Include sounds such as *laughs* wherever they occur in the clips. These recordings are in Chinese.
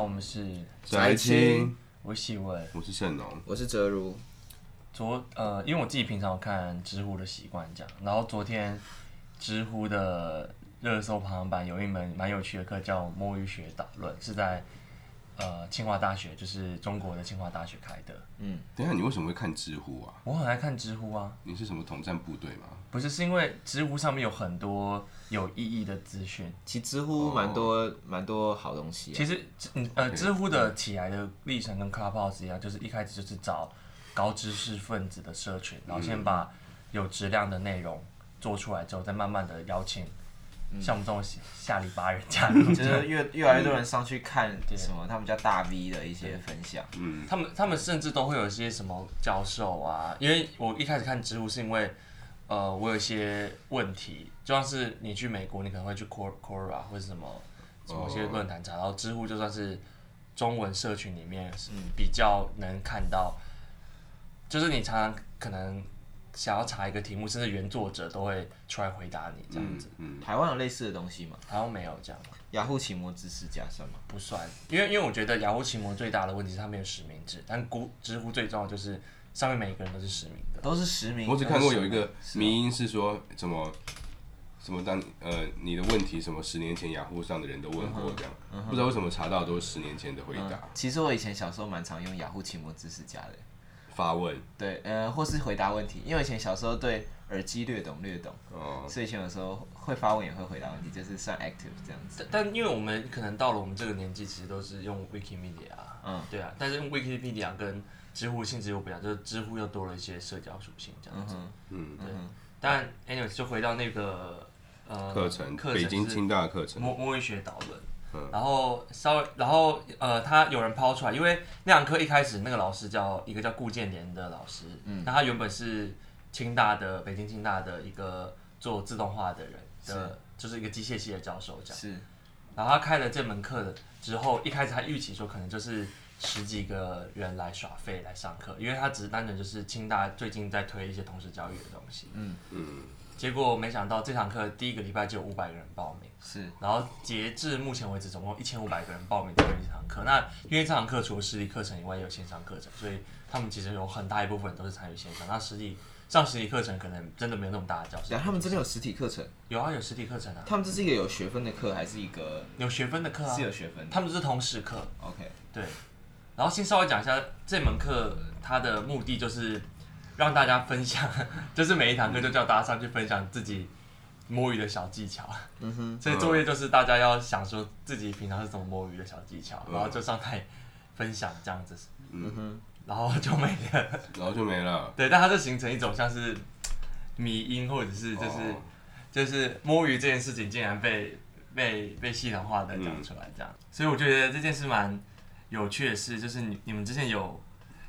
我们是宅青，我喜文。我是盛龙，我是哲如，昨呃，因为我自己平常有看知乎的习惯这样，然后昨天知乎的热搜排行榜有一门蛮有趣的课叫《摸鱼学导论》，是在呃清华大学，就是中国的清华大学开的。等一下你为什么会看知乎啊？我很爱看知乎啊，你是什么统战部队吗？不是是因为知乎上面有很多有意义的资讯。其实知乎蛮多蛮多好东西、啊其，实，嗯呃，知乎的起来的历程跟 Clubhouse 一样，就是一开始就是找高知识分子的社群，然后先把有质量的内容做出来之后，再慢慢的邀请像我们这种下里巴人加入。 *laughs* 就是越越来越多人上去看什么他们叫大 V 的一些分享，嗯，他们他们甚至都会有一些什么教授啊，因为我一开始看知乎是因为，呃，我有一些问题，就像是你去美国，你可能会去 Quora Quora 或者什么某些论坛查，然后知乎就算是中文社群里面是比较能看到，就是你常常可能想要查一个题目，甚至原作者都会出来回答你这样子，嗯，台湾有类似的东西吗？好像没有这样。雅虎奇摩知识加算吗？不算，因为因为我觉得雅虎奇摩最大的问题是它没有实名制，但估知乎最重要就是上面每一个人都是实名的。都是实名，嗯我只看过有一个是吗迷音是说什么什么当呃你的问题什么十年前雅虎上的人都问过这样，不知道为什么查到都是十年前的回嗯答其实我以前小时候蛮常用雅虎奇摩知识加的，发问对，呃，或是回答问题，因为以前小时候对耳机略懂略懂，哦，所以以前有时候会发问也会回答问题，就是算 active 这样子。但但因为我们可能到了我们这个年纪，其实都是用 Wikimedia，嗯，对啊，但是用 Wikipedia 跟知乎性质又不一样，就是知乎又多了一些社交属性这样嗯子。哼，嗯，但 anyway 就回到那个呃课程课北京是清大的课程，摸摸鱼学导论，然后稍微，然后呃，他有人抛出来，因为那堂课一开始那个老师叫一个叫顾建联的老师，那他原本是清大的北京清大的一个做自动化的人的，就是一个机械系的教授这样。是，然后他开了这门课之后，一开始他预期说可能就是十几个人来耍废来上课，因为他只是单纯就是清大最近在推一些同时教育的东西，嗯嗯，结果没想到这堂课第一个礼拜就有五百个人报名。是，然后截至目前为止，总共一千五百个人报名参与这堂课。那因为这堂课除了实体课程以外，也有线上课程，所以他们其实有很大一部分人都是参与线上。那实体上实体课程可能真的没有那么大的教室然后。他们真的有实体课程，有啊，有实体课程啊，他们这是一个有学分的课，还是一个有学分的课啊是，有学分的他们就是通识课。 ？OK，对，然后先稍微讲一下这门课它的目的，就是让大家分享， *laughs* 就是每一堂课就叫大家上去分享自己摸鱼的小技巧。嗯哼，所以作业就是大家要想说自己平常是怎么摸鱼的小技巧，嗯然后就上台分享这样子，嗯哼，然后就没了。然后就没了，对，但它就形成一种像是迷因，或者是就是、哦就是摸鱼这件事情竟然被被被系统化的讲出来这样，所以我觉得这件事蛮有趣的事，就是你你们之前有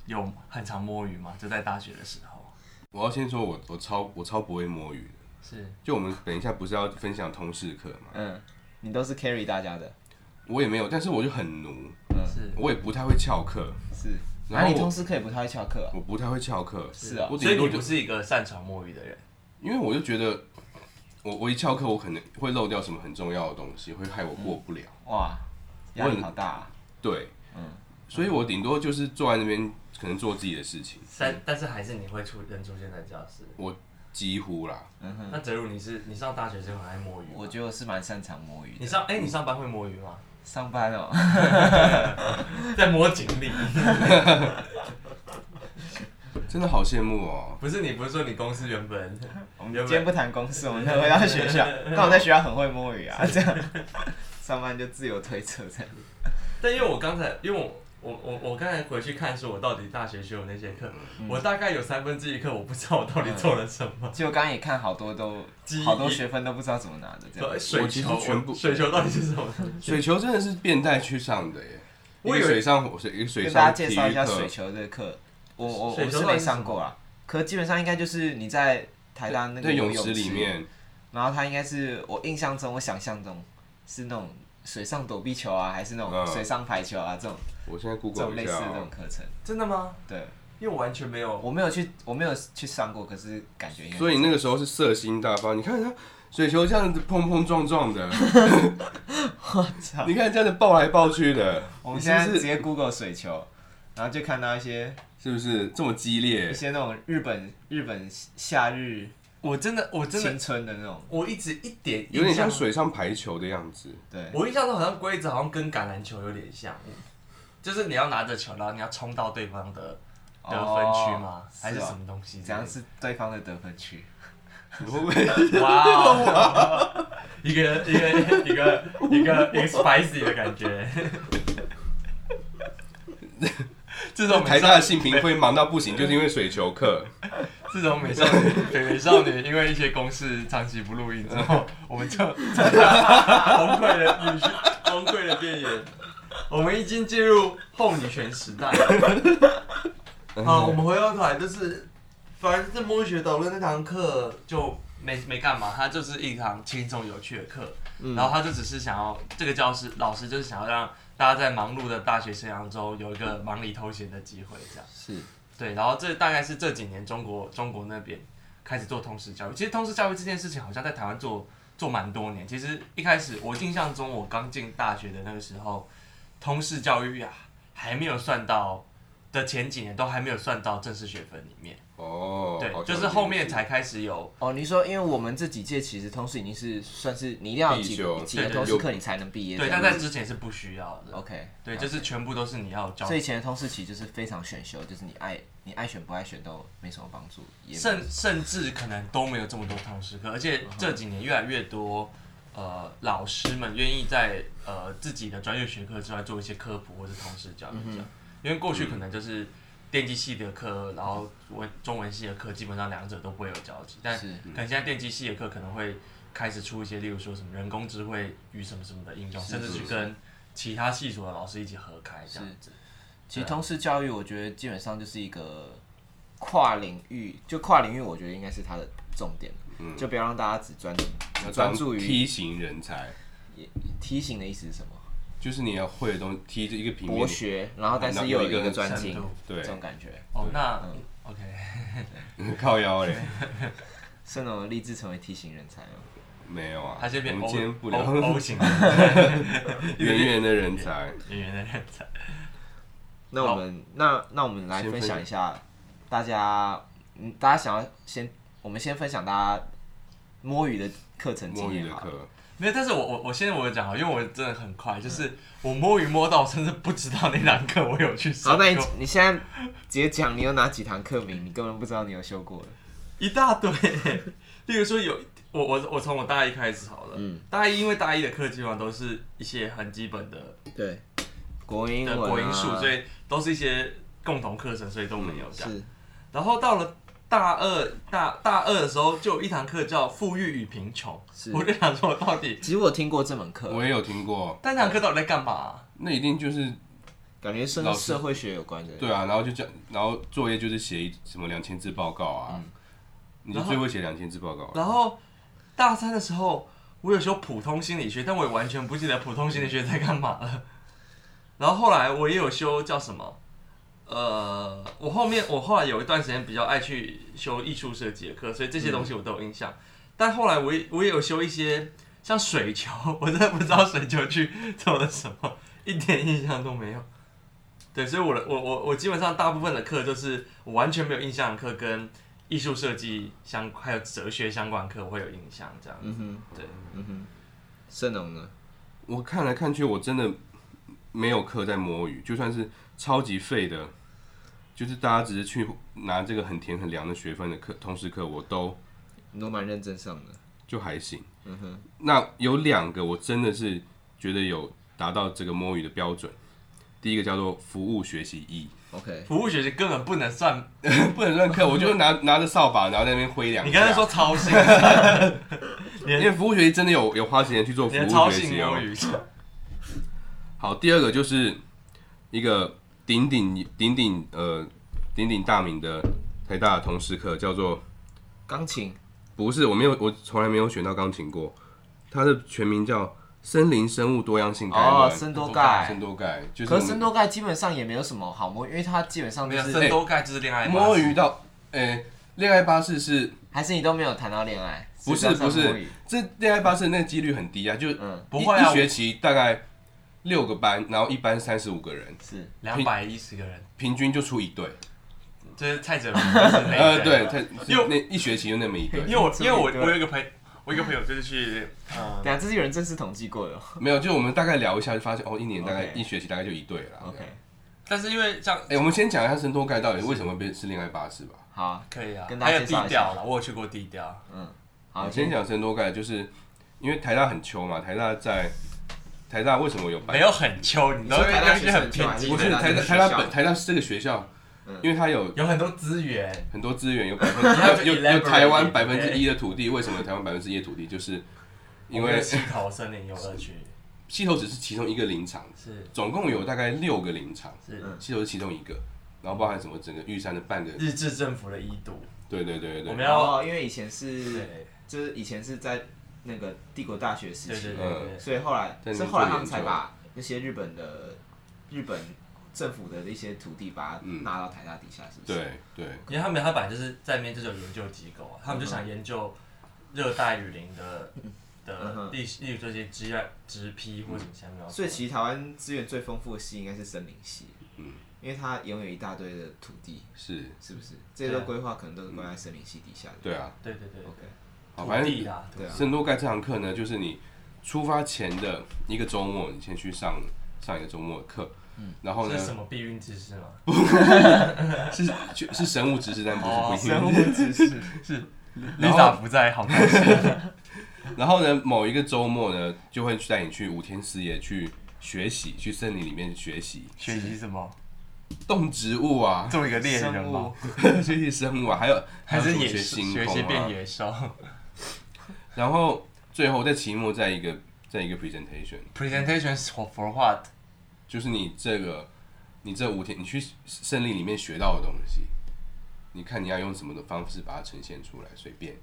有很常摸鱼吗？就在大学的时候，我要先说我我超我超不会摸鱼的，是就我们等一下不是要分享通识课嘛，嗯，你都是 carry 大家的，嗯我也没有，但是我就很奴，是，我也不太会翘课，是。然然后后你我同时可以不太会翘课啊、我不太会翘课，是啊我所顶以多你就不是一个擅长摸鱼的人，因为我就觉得，我我一翘课，我可能会漏掉什么很重要的东西，会害嗯我过不了。哇，压力好大、啊。对，嗯所以我顶多就是坐在那边，可能做自己的事情，但但是还是你会出人出现在教室。几乎啦。嗯哼，那哲如，你是你上大学之后很爱摸鱼吗？我觉得我是蛮擅长摸鱼你的。上哎、你上班会摸鱼吗？上班哦，在摸锦鲤？真的好羡慕哦。不是你不是说你公司原本我们今天不谈公司，我们回到学校。那我在学校很会摸鱼啊，这样 *laughs* 上班就自由推测这样。但因为我刚才，因为我我我我刚才回去看说，我到底大学学我那些课，嗯我大概有三分之一课我不知道我到底做了什么。就刚刚也看好多都记忆好多学分都不知道怎么拿的这样。对水我其实球，全部我水球到底是什么？ *laughs* 水球真的是变带去上的耶，我一以个为水上活水，一个水跟大家上介体绍一育下水课，球这个课，我我水我球是到底没是什上么过啦，可基本上应该就是你在台大那个在游泳池里，面，然后它应该是我印象中我想象中是那种水上躲避球啊，还是那种嗯水上排球啊这种我现在这种 Google 类一似下的这哦种，课程。真的吗？对，因为我完全没有。我没有去我没有去上过，可是感觉应该所以你那个时候是色心大发，你看他水球这样子碰碰撞撞的，我操！ *laughs* 你看这样子抱来抱去的，我们你是现在不直是接 Google 水球，然后就看到一些是不是这么激一烈？些那种日本日本夏日我真的，我真的青，春的那种，我一直一点有点印象像。水上排球的样子，对，我印象中好像规则好像跟橄榄球有点像，就是你要拿着球，然后你要冲到对方的哦得哦分区吗？啊还是是哦什么东西？这样是对方的得分区，你会不会？哇哦， *laughs* 一个一个一个一个一个 spicy 的感觉。这种台美大少的性平会忙到不行，就是因为水球课。这种美少女对美少女，因为一些公式长期不录音之后，我 *laughs* 们就崩溃的女权崩溃的边缘。我们已经进入后女权时代了。好，我们回过头来就是，反正这摸学导论那堂课就没没干嘛，它就是一堂轻松有趣的课。然后他就只是想要这个教师老师就是想要让大家在忙碌的大学生涯中有一个忙里偷闲的机会，这样是，对。然后这大概是这几年中国中国那边开始做通识教育。其实通识教育这件事情好像在台湾做做蛮多年。其实一开始我印象中，我刚进大学的那个时候，通识教育啊还没有算到的前几年都还没有算到正式学分里面，哦，对好，像就是后面才开始有哦，你说，因为我们这几届其实通识已经是算是你一定要有必几修几个对通识有课你才能毕业这对，样但子，在之前是不需要的。 OK，对，就是全部都是你要教所以以前的通识其实就是非常选修，就是你爱你爱选不爱选都没什么帮助，也甚甚至可能都没有这么多通识课，而嗯且这几年越来越多呃老师们愿意在呃自己的专业学科之外做一些科普或是通识教育嗯这样，因为过去可能就是电机系的课，然后文中文系的课基本上两者都不会有交集，但是可能现在电机系的课可能会开始出一些，例如说什么人工智慧与什么什么的应用，甚至去跟其他系所的老师一起合开这样子。其实通识教育，我觉得基本上就是一个跨领域，就跨领域，我觉得应该是它的重点，嗯就不要让大家只专要专注于 T 型人才，梯形的意思是什么？就是你要会的东西，T 这一个平面博，学，然后但然是后又有一个一个专深精度，对这种感觉哦，那嗯 OK， *laughs* 靠腰嘞，是那种立志成为梯形人才吗？没有啊，他这边 O 我们今天不 O 聊 O 型。圆圆的人才，演员的人才。那我们那那我们来先分分享一下，大家嗯，大家想要先，我们先分享大家摸鱼的课程摸经鱼验的好了。课，没有，但是我我我现在我有讲啊，因为我真的很快，就是我摸鱼摸到，我甚至不知道那堂课我有去好，上那过，你你现在直接讲你有哪几堂课名，你根本不知道你有修过的。一大堆。例如说有我我我从我大一开始好了，嗯大一因为大一的课基本上都是一些很基本的对，国英的文、啊、国音数，所以都是一些共同课程，所以都没有这样。嗯是然后到了大二大大二的时候，就有一堂课叫《富裕与贫穷是》，我就想说我到底其实我听过这门课，我也有听过，那堂课到底在干嘛啊、那一定就是感觉是老跟师社会学有关的。对啊，然后就这样，然后作业就是写一什么两千字报告啊，嗯你就最会写两千字报告了，啊然后大三的时候，我有修普通心理学，但我也完全不记得普通心理学在干嘛了。 *laughs* 然后后来我也有修叫什么，呃，我后面我后来有一段时间比较爱去修艺术设计的课，所以这些东西我都有印象。但后来我也我也有修一些像水球， *laughs* 我真的不知道水球去做了什么，一点印象都没有。对，所以我的我我我基本上大部分的课就是我完全没有印象的课跟艺术设计相还有哲学相关课我会有印象这样。嗯哼，对，嗯哼，盛龙呢？我看来看去，我真的没有课在摸鱼，就算是超级废的，就是大家只是去拿这个很甜很凉的学分的课，通识课我都你都蛮认真上的。就还行。嗯哼，那有两个我真的是觉得有达到这个摸鱼的标准。第一个叫做服务学习 *laughs* 一， OK，服务学习根本不能 *laughs* 算，不能算课，我就拿拿着扫把，然后在那边挥两下。你刚才说，操心，因为服务学习真的有有花时间去做服你的务操学心习哦摸。鱼，好，第二个就是一个鼎鼎鼎鼎呃鼎鼎大名的台大的同事课，叫做钢琴不是我没有我从来没有选到钢琴过，它的全名叫森林生物多样性概哦，论。森多森盖。多盖就是可我是森们多盖基本上也没有什么好摸，因为它基本上没就有是圣多盖就是恋爱巴士摸鱼，到诶，恋、爱巴士是还是你都没有谈到恋爱，不是不是是，这恋爱巴士那个几率很低啊，就嗯不一会啊一学期大概六个班，然后一班三十五个人，是两百一十个人，平均就出一对。就是蔡哲明就是那一 *laughs* 呃，队 *laughs* 对，他因为那一学期就那么一对，因为我因为我对我有一个朋友，我有一个朋友就是去，嗯，等下这是有人正式统计过的哦。没有，就我们大概聊一下，就发现哦，一年大概 OK 一学期大概就一对了。这 OK，样但是因为这样哎，我们先讲一下神偷盖到底为什么被是恋爱巴士吧。好啊，可以啊跟，大还家有介地绍一下调了，我有去过地调，好，我先讲神偷盖，就是因为台大很穷嘛，台大在台大为什么有白哎没有很秋，你都你说台大那些很偏学激生不的是对，台大台这个大学校本台大是这个学校，因为它有有很多资源，很多资源，有百你要分有有有 elaborate 台湾一点百分之一的土地，为什么有台湾百分之一的土地？就是因我们有为溪头森林游乐 *laughs* 区溪头只是其中一个林场，是总共有大概六个林场，是嗯溪头是其中一个，然后包含什么整个玉山的半个，日治政府的一都，对对对我对们对，要哦，因为以前是对就是以前是在那个帝国大学时对对期，嗯嗯对所以后来在那边是后来做他研们究才把那些日本的日本政府的一些土地把它嗯纳到台大底下，是不是？对对，因为他们他本来就是在那边就是有研究机构啊，他们就想研究热带雨林的嗯的哼例例如这些植啊植批或者什么相关，所以其实台湾资源最丰富的系应该是森林系，嗯因为它拥有一大堆的土地，是，是不是？这对些都啊规划可能都是归在森林系底下的。对啊，对对对， OK，好，土反地正啦，对啊，圣多盖这堂课呢，就是你出发前的一个周末，你先去上上一个周末的课，然后这嗯呢是什么避孕知识吗？是是神物知识，但不哦是不一定生物知识，丽莎不在， *laughs* 好开心。 *laughs* 然后呢，某一个周末呢，就会带你去五天四夜去学习，去森林里面学习学习什么？动植物啊， *laughs* 做一个猎人生吗物？学习生物啊，还有还是还有野什么学兽星学习空啊变。野 *laughs* 兽然后最后在期末再一个再一个 presentation， ？Presentation for for what？就是你这个你这五天你去森林里面学到的东西，你看你要用什么的方式把它呈现出来，随便。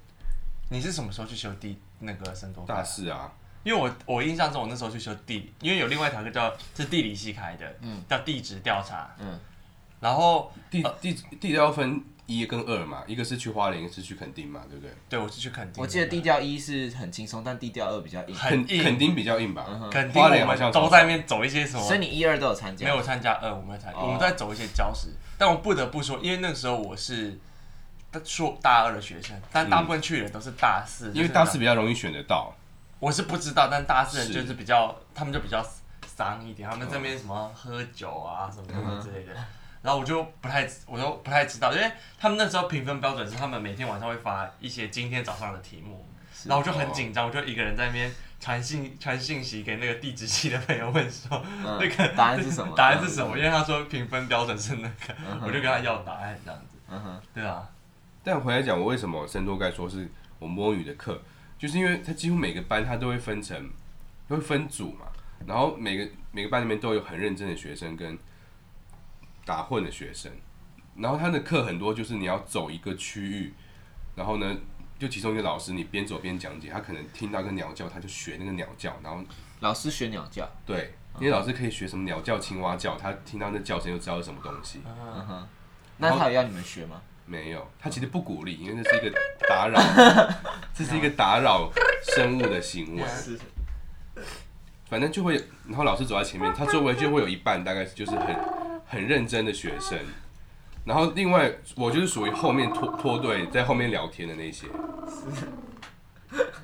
你是什么时候去修地那个圣多大大？四啊，因为我我印象中我那时候去修地理，因为有另外一堂课叫是地理系开的，嗯叫地质调查，嗯然后地地地要分一跟二嘛，一个是去花莲，一个是去垦丁嘛，对不对？对我是去垦丁，我记得地调一是很轻松，但地调二比较硬。很垦垦硬，嗯丁比较硬吧，垦丁嗯花莲我好像们都在那边走一些什么所以你一二都有参加？没有参加二，我们参，哦我们在走一些礁石。但我不得不说，因为那个时候我是硕大二的学生，但大部分去的人都是大四，嗯因就为是大四比较容易选得到，我是不知道，但大四人是就是比较，他们就比较丧一点，他们这边什么喝酒啊什么什么之类嗯的。然后我就不太，我就不太知道，因为他们那时候评分标准是他们每天晚上会发一些今天早上的题目，然后我就很紧哦张，我就一个人在那边传信传信息给那个地址系的朋友问说，嗯 *laughs* 那个 *laughs* 答案是什么？嗯答案是什么？因为他说评分标准是那个，我就跟他要答案这样子。嗯哼，对啊，但回来讲，我为什么深度盖说是我摸鱼的课，就是因为它几乎每个班它都会分成，都会分组嘛，然后每个每个班里面都有很认真的学生跟打混的学生，然后他的课很多就是你要走一个区域，然后呢，就其中一个老师你边走边讲解，他可能听到一个鸟叫，他就学那个鸟叫，然后嗯老师学鸟叫。对，因为老师可以学什么鸟叫、青蛙叫，他听到那叫声就知道是什么东西。嗯哼，那他有要你们学吗？没有，他其实不鼓励，因为这是一个打 *laughs* 扰，这是一个打扰生物的行为。是，反正就会，然后老师走在前面，他周围就会有一半大概就是很很认真的学生，然后另外我就是属于后面拖拖队在后面聊天的那些。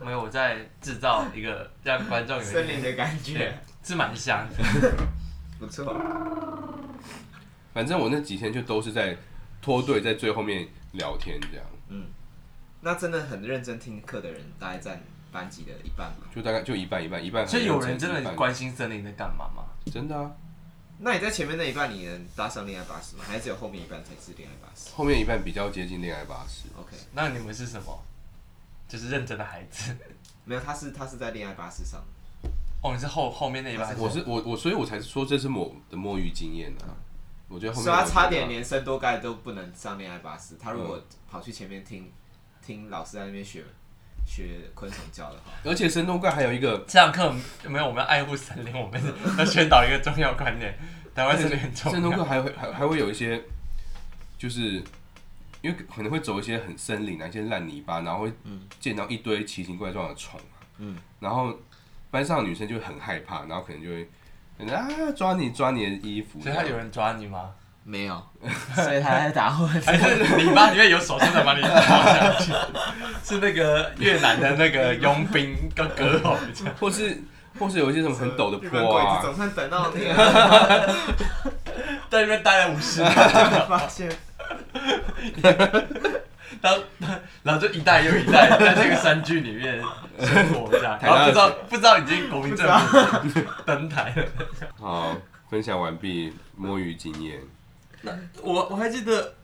没有我在制造一个让观众有一森林点的感对觉，是蛮香的。不错。反正我那几天就都是在拖队在最后面聊天，这样那真的很认真听课的人，大概占班级的一半吧。就大概就一半一半一半很所认以真。有人真一的半关心森林在干嘛吗？真的啊，那你在前面那一半，你能搭上恋爱巴士吗？还是只有后面一半才是恋爱巴士后面一半比较接近恋爱巴士。 ？OK，那你们是什么？就是认真的孩子。 *laughs* 没有，他是他是在恋爱巴士上。哦，你是后后面那一半。我是我我，所以我才说这是我的摸鱼经验啊。我觉得后所面以他我差觉得点连深多盖都不能上恋爱巴士。他如果跑去前面听听老师在那边学学昆虫教的话，而且神农盖还有一个这堂课没有，我们要爱护森林，我们是要宣导一个重要观念，台湾森林很重神农要。盖还会还还会有一些，就是因因为可能会走一些很森林啊，一些烂泥巴，然后会见到一堆奇形怪状的虫啊，嗯，然后班上的女生就会很害怕，然后可能就会啊抓你抓你的衣服，所以他有人抓你 *laughs* 吗？没 *laughs* 有，所以他在打 *laughs* 混。还是泥巴里面有手，真的把你拖下去？ *laughs* 是那个越南的那个佣兵跟割 *laughs* 喉这样。或是或是有一些什么很陡的日本坡鬼啊子，总算等到那 *laughs* 个在那边待了五十年，发现，然后 *laughs* 然后就一代又一代在这个山区里面生活这样，然后不知道不知道已经国民政府登台了。好，分享完毕摸鱼经验，我我还记得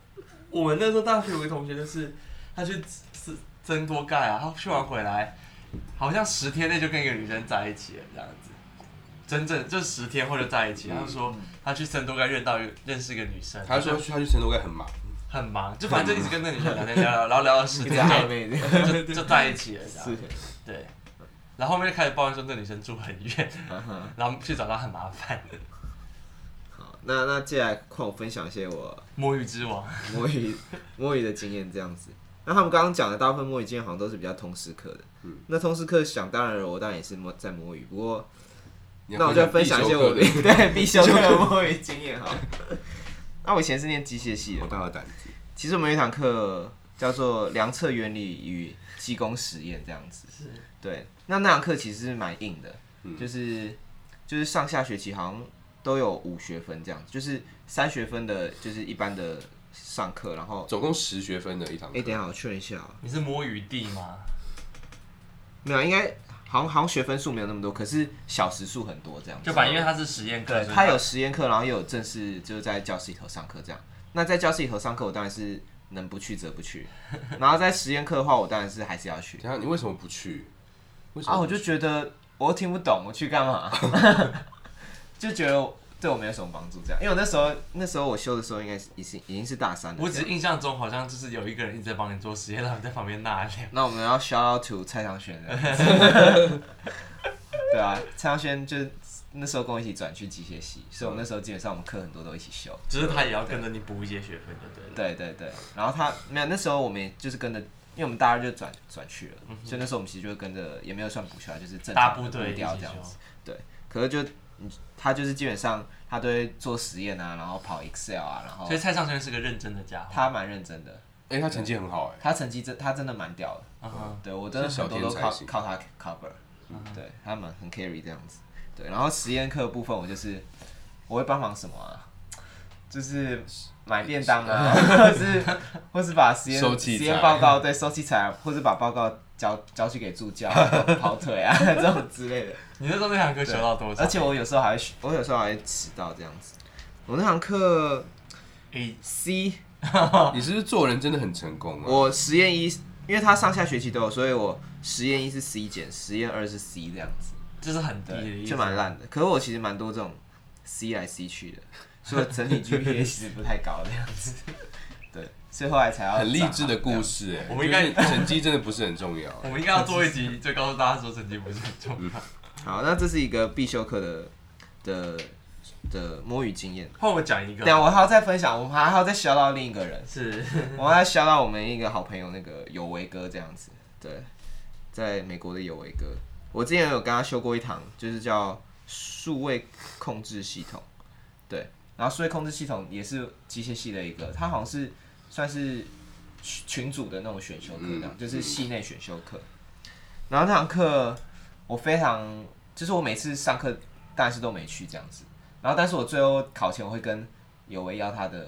我们那时候大学有个同学，就是他去是增多钙啊，他去完回来，好像十天内就跟一个女生在一起了这样子，真正就十天后就在一起。他说他去增多钙认到一个认识一个女生，他说他去成都该很忙，很忙，就反正就一直跟那个女生聊天聊聊，然后聊到十一直天暧就昧这样。就就在一起了这样是，对。然后后面就开始抱怨说那女生住很远， *laughs* 嗯哼然后去找她很麻烦。好那那接下来换我分享一些我 *laughs* 摸鱼之王，摸鱼摸鱼的经验这样子。那他们刚刚讲的大部分摸鱼经验好像都是比较通识课的。嗯那通识课想当然了，我当然也是摸在摸鱼，不过你要那我就分享一些我必必修课对必修课的摸鱼经验哈。 *laughs* 那我以前是念机械系的，的好，大的胆子，其实我们有一堂课叫做量测原理与机工实验这样子。对，那那堂课其实是蛮硬的，嗯就是就是上下学期好像都有五学分这样子，就是三学分的，就是一般的上课，然后总共十学分的一堂哎、课，等一下我确认一下哦，你是摸鱼帝吗？没有，应该好像好像学分数没有那么多，可是小时数很多这样子。就把因为他是实验课，对，所以他有实验课，然后也有正式就是在教室里头上课这样。那在教室里头上课，我当然是能不去则不 *laughs* 去，然后在实验课的话，我当然是还是要去。等一下你为什么不去？为什么啊，我不就去觉得我又听不懂，我去干 *laughs* 嘛？就觉得对我没有什么帮助，这样。因为我那时候那时候我修的时候，应该是已经已经是大三了。我只这是样印象中好像就是有一个人一直在帮你做实验，然后你在旁边纳 *laughs* 凉。那我们要 shout out to 蔡长轩 *laughs* 这样子。对啊，蔡长轩就是那时候跟我一起转去机械系，所以我那时候基本上我们课很多都一起修。只是他也要跟着你补一些学分，就对了。对对对，然后他没有，那时候我们也就是跟着，因为我们大二就转转去了，所以那时候我们其实就跟着，也没有算补修啊，就是正嗯大常部的队一步起哦调这样子。对，可是就嗯他就是基本上他都会做实验啊，然后跑 Excel 啊，然后所以蔡尚轩是个认真的家伙。他蛮认真的，哎，他成绩很好哎，他成绩真他真的蛮屌的，嗯哼，对我真的是小很多天都才靠型靠他 cover，、对他们很 carry 这样子。对，然后实验课的部分我就是我会帮忙什么啊？就是买便当啊， *laughs* 或是或是把实验呃收实器材验报告对收器材啊，或是把报告交交去给助教啊、跑腿啊 *laughs* 这种之类的。你那时候那堂课学到多少？而且我有时候还会我有时候还会迟到这样子。我那堂课诶 C 你是不是做人真的很成功啊？啊我实验一，因为他上下学期都有，所以我实验一是 C 减，实验二是 C 这样子，就是很低的对，意思，就蛮烂的。可是我其实蛮多这种 C 来 *laughs* C 去的，所以我整体 GPA 其实不太高这样子。对，所以后来才要很励志的事。故事哎，我们应该就是成绩真的不是很重要 *laughs* 我们应该要做一集，就告诉大家说成绩不是很重嗯要。好，那这是一个必修课的的的摸鱼经验。换我讲一个啊等一，下我还要再分享，我们还要再笑到另一个人，是我还要笑到我们一个好朋友那个有为哥这样子。对，在美国的有为哥，我之前有跟他修过一堂，就是叫数位控制系统。对，然后数位控制系统也是机械系的一个，它好像是算是群群组的那种选修课，这样、嗯就是系内选修课。然后那堂课我非常，就是我每次上课但是都没去这样子。然后但是我最后考前我会跟有为要他的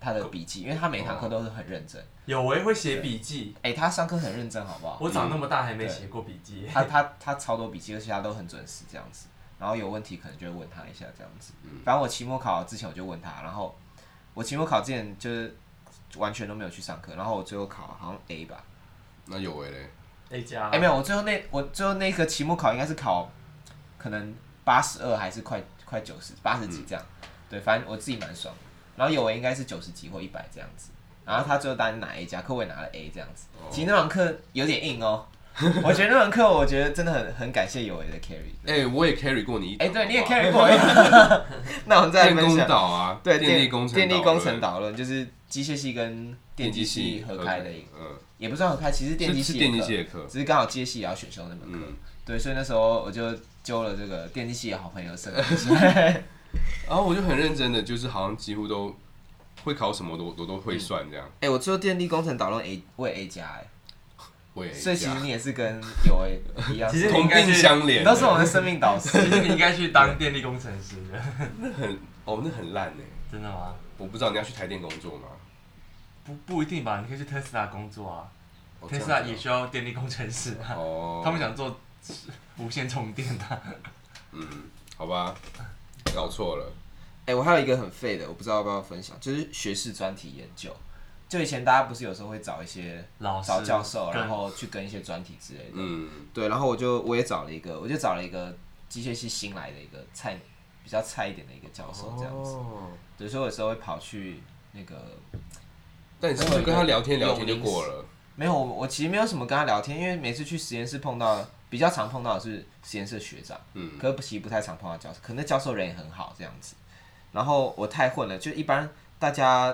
他的笔记，因为他每一堂课都是很认真。有为会写笔记，哎、他上课很认真，好不好？我长那么大还嗯没写过笔记。他他他超多笔记，而且他都很准时这样子。然后有问题可能就会问他一下这样子。反正我期末考之前我就问他，然后我期末考之前就是完全都没有去上课，然后我最后考好像 A 吧，那有为嘞， A 哎、啊加，没有，我最后那我最后那个期末考应该是考可能八十二还是快快九十八十嗯几这样，对，反正我自己蛮爽的。然后有为应该是九十几或一百这样子，然后他最后当然拿 A 加，可我也拿了 A 这样子。哦其实那堂课有点硬哦，我觉得那堂课我觉得真的很很感谢有为的 carry。哎，我也 carry 过你一堂，哎、对，你也好不好 carry *laughs* 过。那我们再来电分工享。岛啊，对电力工程，电力工程，导论，就是机械系跟电机系合开的，嗯，也不算合开，其实电机是是系也电机合系的课，只是刚好机械系也要选修那门课，嗯。对，所以那时候我就揪了这个电机系的好朋友盛，然后我就很认真的，就是好像几乎都会考什么都我都会算这样。 *laughs* 哎、我做电力工程导论 A 我也 A 加哎、我也所以其实一你也是跟有为 *laughs* 一样，其实你样同应该病是相怜，你都是我们的生命导师。 *laughs* 其实你应该去当电力工程师的， *laughs* 那很哦，那很烂哎。真的吗？我不知道你要去台电工作吗？不不一定吧，你可以去特斯拉工作啊，哦特斯这拉样子也需要电力工程师啊，哦， *laughs* 他们想做无线充电的、嗯，好吧，搞错了。哎、我还有一个很废的，我不知道要不要分享，就是学士专题研究。就以前大家不是有时候会找一些哦老师找教授，跟然后去跟一些专题之类的。嗯，对，然后我就我也找了一个，我就找了一个机械系新来的一个菜比较菜一点的一个教授这样子。哦。有时候有时候会跑去那个但你是不是跟他聊天聊天就过了？没有，我我其实没有什么跟他聊天，因为每次去实验室碰到比较常碰到的是实验室的学长，嗯，可是其实不太常碰到教授，可能那教授人也很好这样子。然后我太混了，就一般大家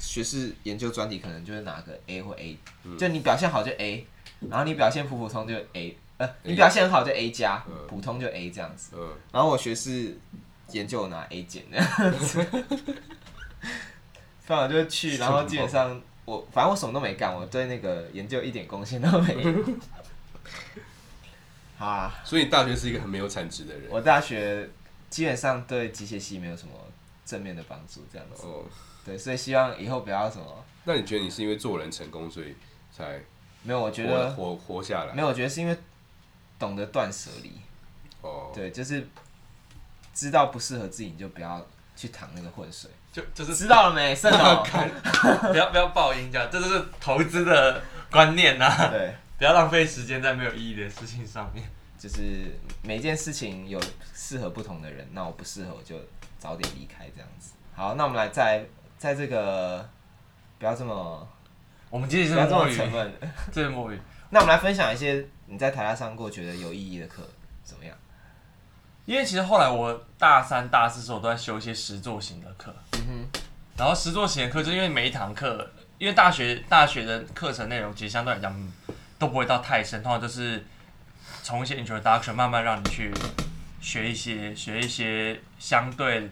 学士研究专题可能就是拿个 A 或 A，、就嗯你表现好就 A，然后你表现普普通就 A，呃，你表现很好就 A 加，嗯普通就 A 这样子。嗯，然后我学士研究拿 A 减那样子，反正我就去，然后基本上我反正我什么都没干，我对那个研究一点贡献都没有。 *laughs* 好啊，所以你大学是一个很没有产值的人。我大学基本上对机械系没有什么正面的帮助，这样子。哦，对，所以希望以后不要什么。那你觉得你是因为做人成功，所以才没有，我觉活得活活下来？没有，我觉得是因为懂得断舍离。哦，对，就是知道不适合自己，你就不要去淌那个浑水。就就是 *laughs* 知道了哦没，盛总？不要不要爆音这样，这就是投资的观念呐、啊，*laughs* *laughs* 对。不要浪费时间在没有意义的事情上面。 *laughs* 就是每件事情有适合不同的人，那我不适合我就早点离开这样子。好，那我们来再在这个不要这么我们今不天要是这摸么鱼，沉闷。这是摸鱼。那我们来分享一些你在台大上过觉得有意义的课，怎么样？因为其实后来我大三、大四的时候都在修一些实作型的课，然后实作型的课就因为每一堂课，因为大学大学的课程内容其实相对来讲嗯都不会到太深，通常就是从一些 introduction 慢慢让你去学一些学一些相对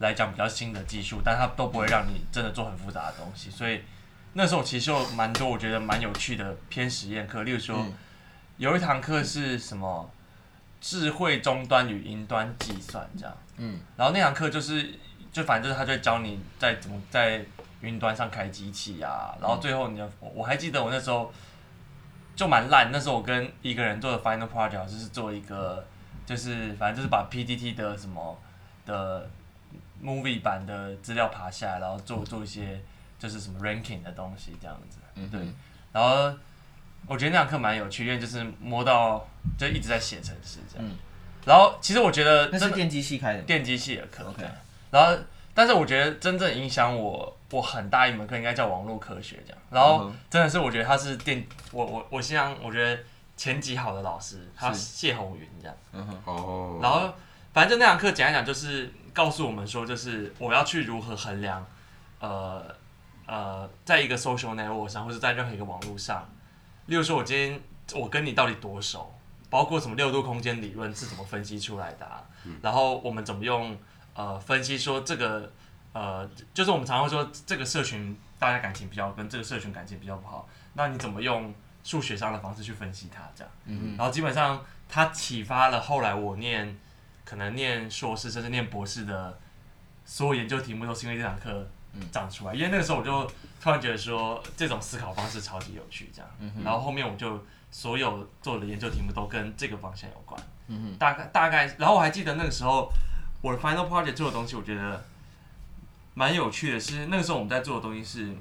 来讲比较新的技术，但它都不会让你真的做很复杂的东西，所以那时候其实有蛮多我觉得蛮有趣的偏实验课，例如说、有一堂课是什么？智慧终端与云端计算这样。嗯，然后那堂课就是，就反正就是他就会教你在怎么在云端上开机器啊，然后最后你的，我我还记得我那时候就蛮烂，那时候我跟一个人做的 final project 就是做一个，就是反正就是把 PDT 的什么的 movie 版的资料爬下来，然后做做一些就是什么 ranking 的东西这样子，嗯哼对，然后。我觉得那堂课蛮有趣，因为就是摸到就一直在写程式这样。然后其实我觉得嗯那真是的电机系开的吗？电机系的课 OK 这样然后但是我觉得真正影响我我很大一门课应该叫网络科学这样。然后真的是我觉得他是电我我我欣赏我觉得前几好的老师，他谢红云这样。哦，然后反正就那堂课讲一讲，就是告诉我们说，就是我要去如何衡量，呃呃，在一个 social network 上，或者在任何一个网络上，例如说，我今天我跟你到底多熟，包括什么六度空间理论是怎么分析出来的、啊，然后我们怎么用呃分析说这个呃，就是我们常会说这个社群大家感情比较跟这个社群感情比较不好，那你怎么用数学上的方式去分析它这样？嗯，然后基本上它启发了后来我念可能念硕士甚至念博士的所有研究题目都是因为这堂课长出来，因为那个时候我就突然觉得说这种思考方式超级有趣这样，然后后面我就所有做的研究题目都跟这个方向有关，嗯、大概大概，然后我还记得那个时候我的 final project 做的东西，我觉得。蛮有趣的是，那个时候我们在做的东西是，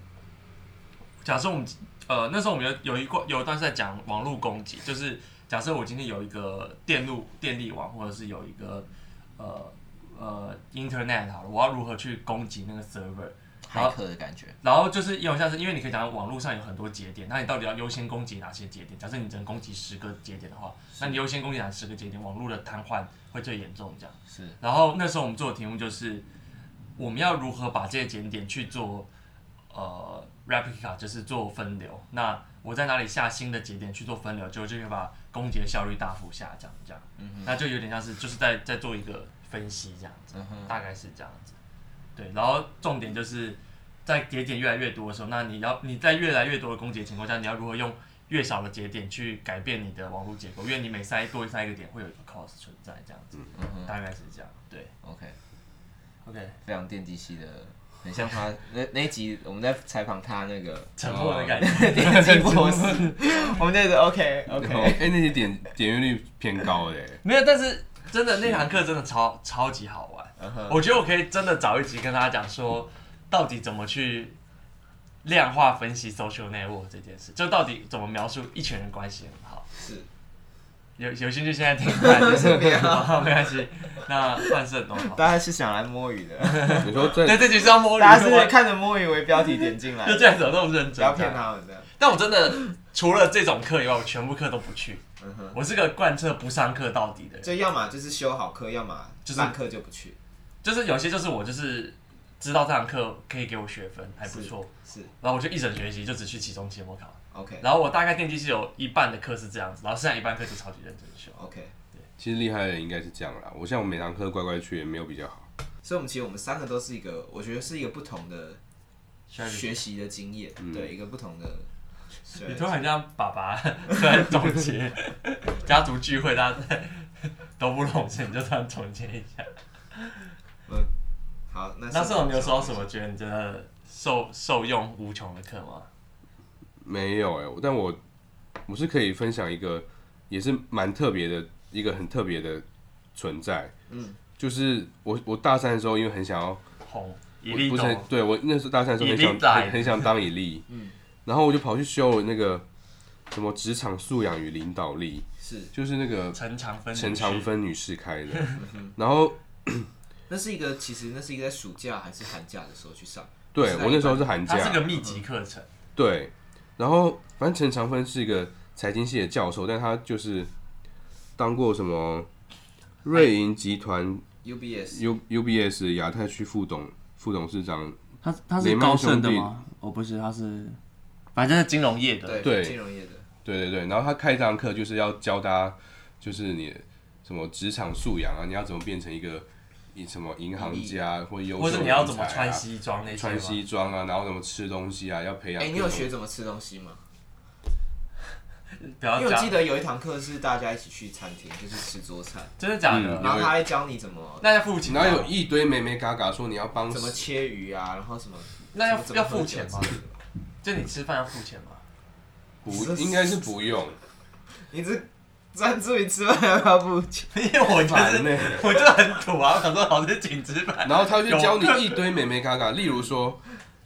假设我们呃那时候我们有有一个有一段是在讲网络攻击，就是假设我今天有一个电路电力网，或者是有一个呃呃 Internet 好了，我要如何去攻击那个 server？骇客的感觉。然后就是有点像是，因为你可以讲网络上有很多节点，那你到底要优先攻击哪些节点？假设你只能攻击十个节点的话，那你优先攻击哪十个节点？网络的瘫痪会最严重，这样是。然后那时候我们做的题目就是，我们要如何把这些节点去做呃 replica，就是做分流。那我在哪里下新的节点去做分流，就就可以把供给的效率大幅下降，这样，那就有点像是就是在在做一个分析这样子，嗯大概是这样子。对，然后重点就是在节点越来越多的时候，那你要你在越来越多的供给的情况下，你要如何用越少的节点去改变你的网络结构？因为你每塞多塞一个点，会有一个 cost 存在，这样子，嗯大概是这样。对 OK， ，OK，非常电机系的，很像他那那一集我们在采访他那 *laughs* 个沉默的感觉。哦电机 *laughs* 博士，我们就是 *laughs* OK 然后 OK，哎，那些点点阅率偏高 *laughs* 的欸，没有，但是真的那堂课真的超超级好玩。嗯我觉得我可以真的找一集跟大家讲说，到底怎么去量化分析 social network 这件事，就到底怎么描述一群人关系很好。是有有兴趣现在听看，就是没有，没关系。那范胜东好，大家是想来摸鱼的，你说对，在这集是要摸鱼大家的是吗，看着摸鱼为标题点进来就，这样子有那么认真，不要骗。他们这样。但我真的除了这种课以外，我全部课都不去。嗯哼，我是个贯彻不上课到底的人，就要么就是修好课，要么就是烂课就不去。就是有些就是我就是知道这堂课可以给我学分，还不错。是然后我就一整学期就只去期中、期末考， OK 然后我大概电机系有一半的课是这样子，然后剩下一半课就超级认真修。 OK，其实厉害的人应该是这样啦。我像我每堂课乖乖去也没有比较好，所以我们其实我们三个都是一个，我觉得是一个不同的学习的经验，对一个不同的。嗯你对突然像爸爸突然总结 *laughs* 家族聚会，大家都不懂事，你就突然总结一下。好，那那时候你有收到什么觉得你真的受受用无穷的课吗？没有哎、但我我是可以分享一个，也是蛮特别的一个很特别的存在。嗯，就是我我大三的时候，因为很想要，红一我粒不是很豆，对我那时候大三的时候很以利代想很很想当以利，嗯， *laughs* 然后我就跑去修了那个什么职场素养与领导力，是，就是那个陈长芬，陈长，芬女士开的， *laughs* 然后那是一个其实那是一个在暑假还是寒假的时候去上，对是在我那时候是寒它是假，个密集课程，嗯对，然后反正陈长芬是一个财经系的教授，但他就是当过什么瑞银集团 UBS U UBS 亚太区副董副董事长，他他是高盛的吗？我哦不是，他是反正是金融业的对对金融业的，对对对，然后他开这堂课就是要教大家，就是你什么职场素养啊，你要怎么变成一个一什么银行家或优秀或的者人你才啊要怎么穿西装那些穿吗西装啊，然后怎么吃东西啊，要培养。哎，你有学？怎么吃东西吗？不因要为我讲记，得有一堂课是大家一起去餐厅，就是吃桌菜，真的假的嗯？然后他还教你怎么那要付钱吗？然后有一堆美美嘎嘎说你要帮怎么切鱼啊，然后什么那要什么要怎么付喝酒钱吗之？类的就你吃饭要付钱吗？ *laughs* 不应该是不用，你只专注于吃饭要不要不吃？因为我就烦是呢、我就很土啊，我想说老师请吃饭， *laughs* 然后他就教你一堆美美嘎嘎，例如说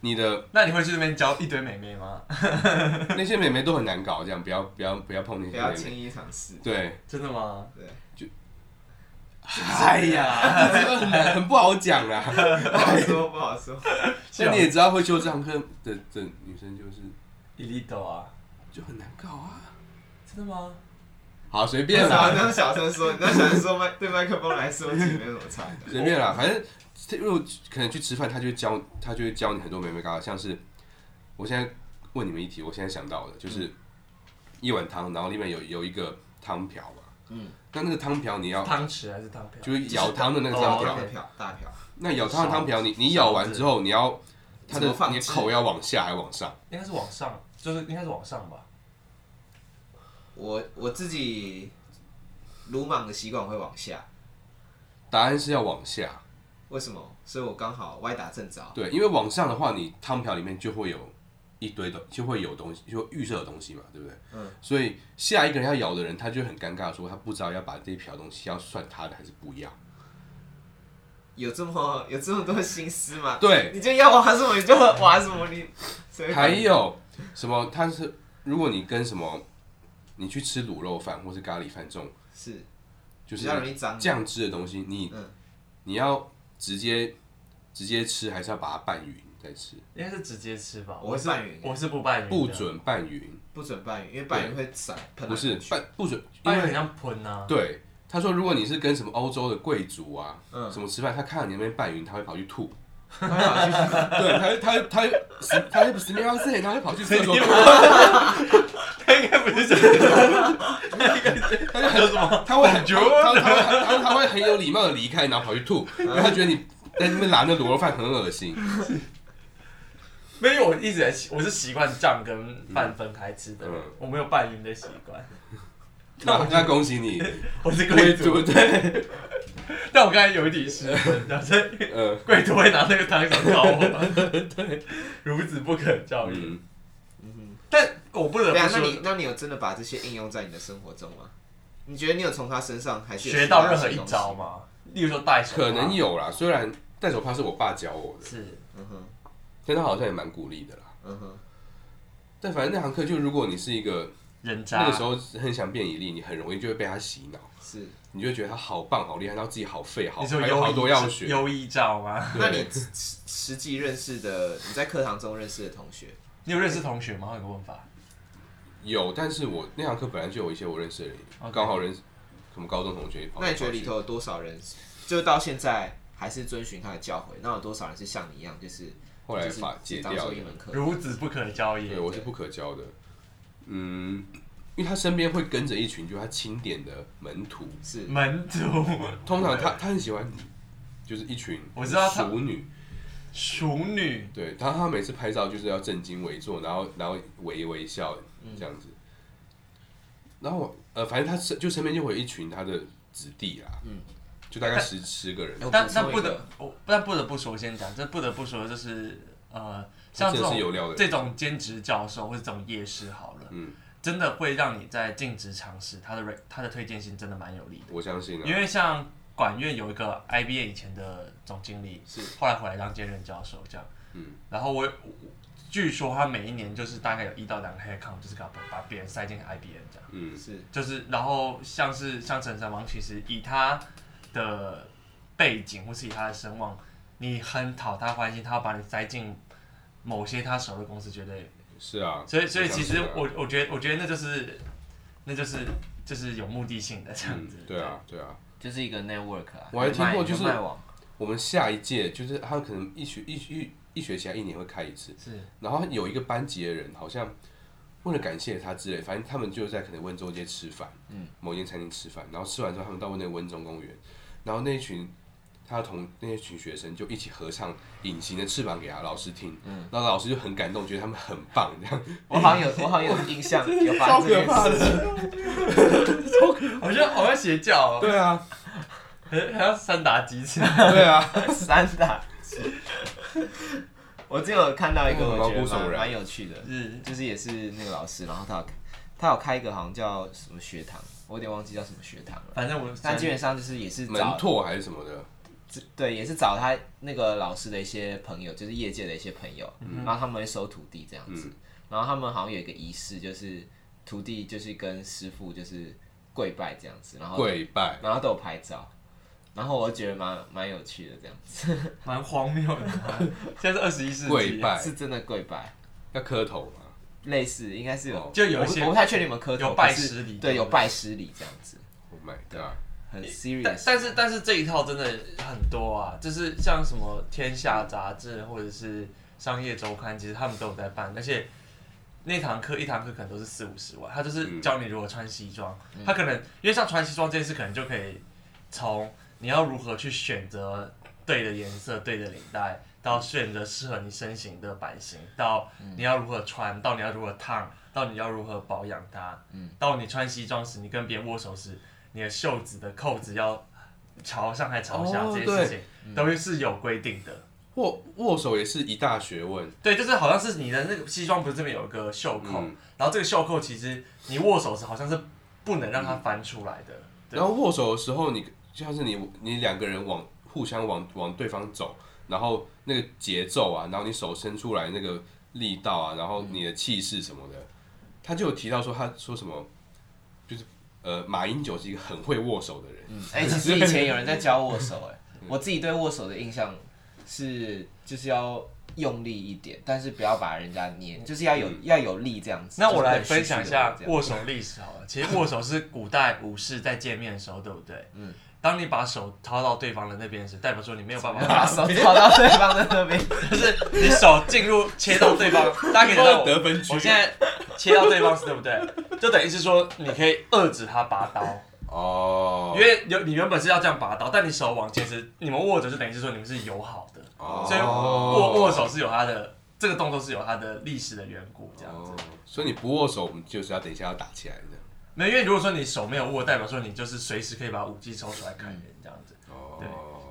你的那你会去那边教一堆美眉吗？ *laughs* 那些美眉都很难搞，这样不要不要不要碰那不要些轻美眉。易尝 *laughs* 试。对，真的吗？对， *laughs* 哎 *laughs* 呀，这个很难很不好讲啦。不好说，不好说。啊那你也知道会修这堂课的的女生就是一粒豆啊，就很难搞啊。真的吗？好，随你便要啦，这样小声说，你那小声说麦对麦克风来说，其实没有什么差的。随便啦，反正如果可能去吃饭，他就会教他就会教你很多美美嘎嘎，像是我现在问你们一题，我现在想到的就是一碗汤，然后里面有有一个汤瓢嘛，嗯，那那个汤瓢你要汤匙还是汤瓢？就是舀汤的那个哦汤瓢大。票，大票，那舀汤的汤瓢，你你舀完之后，你要它怎的么放你的置口要往下还往上？应该是往上，就是应该是往上吧。我我自己鲁莽的习惯我会往下，答案是要往下，为什么？所以我刚好歪打正着。对，因为往上的话，你汤瓢里面就会有一堆的，就会有东西，就会预设的东西嘛，对不对？嗯。所以下一个人要舀的人，他就很尴尬，说他不知道要把这一瓢东西要算他的还是不要。有这么有这么多心思吗？对，你就要玩什么你就玩什么，你谁会管还你有什么？他是如果你跟什么，你去吃卤肉饭或是咖喱饭这种，是就是比较容易脏酱汁的东西，你、嗯你要直接直接吃，还是要把它拌匀再吃？应该是直接吃吧。我会是拌匀我是不拌匀，不，准拌匀，不准拌匀，因为拌匀会散喷来不是喷去拌不准，因拌匀很为像喷啊。对他说，如果你是跟什么欧洲的贵族啊，嗯 *laughs* 什么吃饭，他看到你那边拌匀，他会跑去吐。他会跑 *laughs* 去对，他他他十他十年二十年，他会跑去厕所， *laughs* 他应该不是这样，他就很他会很啊他他会他他会很有礼貌的离开，然后跑去吐，因为他觉得你在那边拿那卤肉饭很恶心。没有，我一直在习，我是习惯酱跟饭分开吃的，嗯我没有拌匀的习惯，那那恭喜你，我是贵贵族族，对，但我刚才有一点失分，然后所以呃，贵族会拿那个汤勺 *laughs* 搞我，对，孺子不可教也。嗯，但我不得对不啊，那你说，那你有真的把这些应用在你的生活中吗？你觉得你有从他身上还是有学到学任何些一东西招？吗？例如说戴手，啊可能有啦，虽然戴手帕是我爸教我的，是嗯哼，但他好像也蛮鼓励的啦。嗯哼，但反正那堂课，就如果你是一个人渣，那个时候很想变以利，你很容易就会被他洗脑，是。你就会觉得他好棒、好厉害，然后自己好废、好你说还有好多要学。优异照吗？那你实实际认识的，你在课堂中认识的同学，你有认识同学吗？我有个问法，有，但是我那堂课本来就有一些我认识的人 OK 刚好认识什么高中同学跑来跑去。那你觉得里头有多少人，就到现在还是遵循他的教诲？那有多少人是像你一样，就是后来就是把只戒当掉做的一？门课？孺子不可教也对，。我是不可教的。嗯，因为他身边会跟着一群就是他钦点的门徒，是门徒，通常他他很喜欢，就是一群我知道他熟女，熟女，对，他他每次拍照就是要正襟危坐，然后然后微微笑嗯这样子。然后我呃，反正他身就身边就会有一群他的子弟啦，嗯，就大概十十个人，哎我但补充但一不个得，我但不得不说，我先讲，这不得不说就是呃，像这真的是有种料的人这种兼职教授或者这种夜市好了，嗯，真的会让你在尽职尝试，他的 re- 他的推荐性真的蛮有力我相信的，啊，因为像管院有一个 IBA 以前的总经理，是后来回来当兼任教授这样，嗯，然后我我据说他每一年就是大概有一到两个 head count，就是把把别人塞进 IBA 这样。嗯，是就是然后像是像陈三王，其实以他的背景或是以他的声望，你很讨他欢心，他要把你塞进某些他熟的公司，绝对。是啊，所以所以其实相信啊我我觉得我觉得那就是那就是就是有目的性的这样嗯子。，对啊，对啊，就是一个 network 啊我还听过就是人脉网我们下一届就是他可能一学一一一学期还一年会开一次，是然后有一个班级的人好像为了感谢他之类，反正他们就在可能温州街吃饭，嗯，某间餐厅吃饭，然后吃完之后他们到那个温州公园，然后那一群他的同那一群学生就一起合唱《隐形的翅膀》给他老师听，嗯，然后老师就很感动，觉得他们很棒，这样我好像有，我好像有印象，有发生 *laughs* 这件事。的，好像好像邪教、哦，对啊， *laughs* 还还要三打几次。对啊，三打七。我之前有看到一个那个我嗯觉毛骨悚得蛮然蛮有趣的， *laughs* 是就是也是那个老师，然后他有他有开一个好像叫什么学堂，我有点忘记叫什么学堂了。反正我但基本上就是也是门找拓还是什么的，对，也是找他那个老师的一些朋友，就是业界的一些朋友，嗯然后他们会收徒弟这样子。然后他们好像有一个仪式，就是徒弟就是跟师傅就是跪拜这样子，然后跪拜，然后都有拍照，然后我觉得蛮蛮有趣的这样子，蛮荒谬的， *laughs* 现在是二十一世跪纪，拜，是真的跪拜。要磕头嘛，类似应该是有哦，就有一我些我不太确定有没有磕头，有拜可是师礼对，有拜师礼这样子， ，Oh my god。很但 *laughs* serious。但是但是这一套真的很多啊，就是像什么《天下》杂志或者是《商业周刊》，其实他们都有在办，而且那堂课一堂课可能都是四五十万，他就是教你如何穿西装，他可能因为像穿西装这件事，可能就可以从你要如何去选择对的颜色、对的领带，到选择适合你身形的版型，到嗯你要如何穿，到你要如何烫，到你要如何保养它，嗯到你穿西装时，你跟别人握手时，你的袖子的扣子要朝上还朝下，哦这些事嗯情都是有规定的。握握手也是一大学问，对，就是好像是你的那个西装，不是这边有一个袖扣，嗯然后这个袖扣其实你握手时好像是不能让它翻出来的。对嗯然后握手的时候你，就像是你你两个人往互相往往对方走，然后那个节奏啊，然后你手伸出来那个力道啊，然后你的气势什么的，他就有提到说他说什么，就是呃马英九是一个很会握手的人，哎、其实以前有人在教握手、 *laughs* 哎，我自己对握手的印象是就是要用力一点，但是不要把人家捏，就是要有、要有力这样嗯子。那我来就是分很虚虚地享一下这样 *laughs* 握手历史好了。其实握手是古代武士在见面的时候，对不对？嗯。当你把手掏到对方的那边时，代表说你没有 *laughs* 办把法， *laughs* 手跑到对方的那边，就是你手进入切到对方，大家可以知道我得分 *laughs* 区我现在切到对方是对不对？就等于是说你可以遏制他拔刀，哦，因为有你原本是要这样拔刀，但你手往前时，你们握着就等于是说你们是友好的，哦所以握握手是有它的这个动作是有它的历史的缘故，这样子哦。，所以你不握手，我们就是要等一下要打起来的。没有，因为如果说你手没有握，代表说你就是随时可以把武器抽出来砍人这样子。 *laughs* 哦，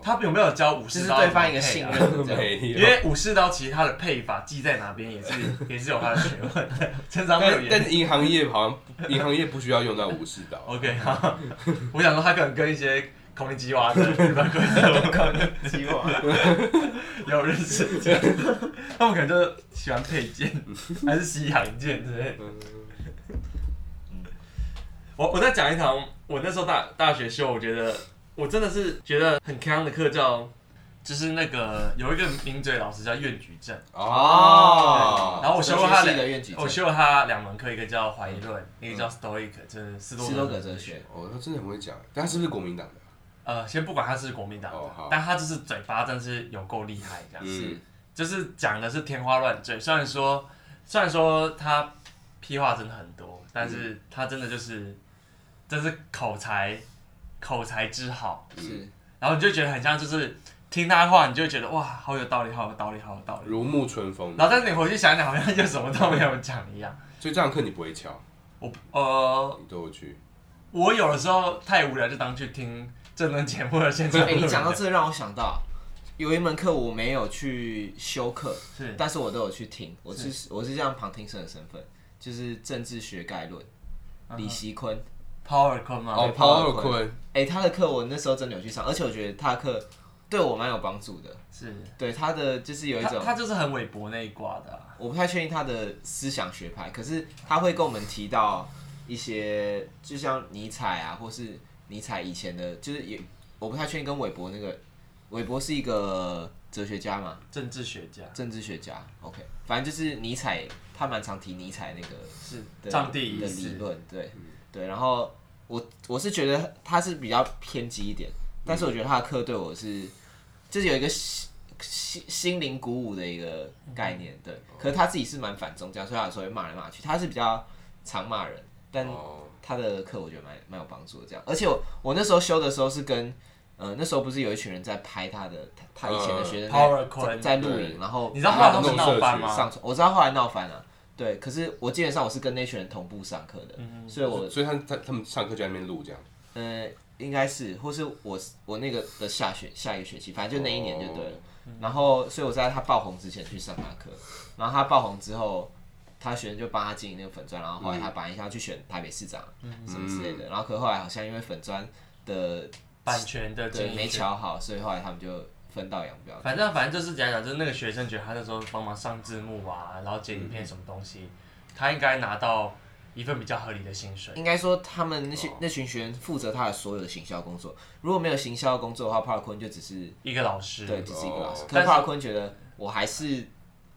他有没有教武这士是刀？对方一个信任。 *laughs* 任，这样。*laughs* 没因有，为武士刀其实它的配法记在哪边也 *laughs* 是也是有它的学问的， *laughs* 陈长没有但研究。但银行业好像 *laughs* 银行业不需要用到武士刀。 OK，好，我想说他可能跟一些孔令基娃的日本鬼子有关鸡娃， *laughs* 有认识， *laughs* 他们可能就喜欢配剑，还是西洋剑之类的。我我再讲一堂，我那时候大大学修，我觉得我真的是觉得很康的课叫，就是那个有一个名嘴老师叫苑举正，哦，然后我修过他哲学系的苑举两，正我修过他两门课，一个叫怀疑论，一个叫 Stoic，就是嗯斯多斯多葛哲学，哦，他真的很会讲，但他是不是国民党的？呃，先不管他是国民党的哦好，但他就是嘴巴真是有够厉害，这样子。嗯，就是讲的是天花乱坠。虽然说，虽然说他屁话真的很多，但是他真的就是，真是口才，口才之好。是然后你就觉得很像，就是听他话，你就觉得哇，好有道理，好有道理，好有道理。如沐春风。然后但是你回去想想，好像就什么都没有讲一样。所以这堂课你不会敲，我呃，你都有去。我有的时候太无聊，就当去听政论节目的现场录哎，影。你讲到这让我想到，有一门课我没有去修课，是但是我都有去听，我是我是这样旁听生的身份，就是政治学概论，嗯李习坤， Power 坤吗？哦， Paul 鲍尔坤，哎、他的课我那时候真的有去上，而且我觉得他的课对我蛮有帮助的，是，对他的就是有一他种他就是很韦伯那一挂的啊、我不太确定他的思想学派，可是他会跟我们提到一些，就像尼采啊，或是尼采以前的，就是也我不太确定跟韦伯那个，韦伯是一个哲学家嘛，政治学家。政治学家，OK，反正就是尼采，他蛮常提尼采那个是的上帝嗯的仪理式，论，对对。然后我我是觉得他是比较偏激一点，但是我觉得他的课对我是就是有一个心心心灵鼓舞的一个概念，对。嗯可是他自己是蛮反宗教，所以他有时候会骂来骂去，他是比较常骂人，但哦他的课我觉得蛮蛮有帮助的，这样。而且我我那时候修的时候是跟。呃，那时候不是有一群人在拍他的，他他以前的学生在、呃，Power 在在录对影，然后你知道后来他们弄闹翻社吗？上传，我知道后来闹翻了、对，可是我基本上我是跟那群人同步上课的，嗯所以我所以他他他们上课就在那边录这样。呃应该是，或是我我那个的下学下一个学期，反正就那一年就对了。哦嗯然后，所以我在他爆红之前去上他课，然后他爆红之后，他学生就帮他经营那个粉砖，然后后来他本来想要去选台北市长、嗯什么之类嗯的，然后可后来好像因为粉砖的版权的经对没营权。瞧好，所以后来他们就分道扬镳。反正反正就是讲讲，就是那个学生觉得他那时候帮忙上字幕啊，然后剪嗯影片什么东西，他应该拿到一份比较合理的薪水。应该说，他们那些那群学员负责他的所有的行销工作。如果没有行销工作的话，帕尔昆就只是一个老师，对，只是一个老师哦。可但是是帕尔昆觉得我还是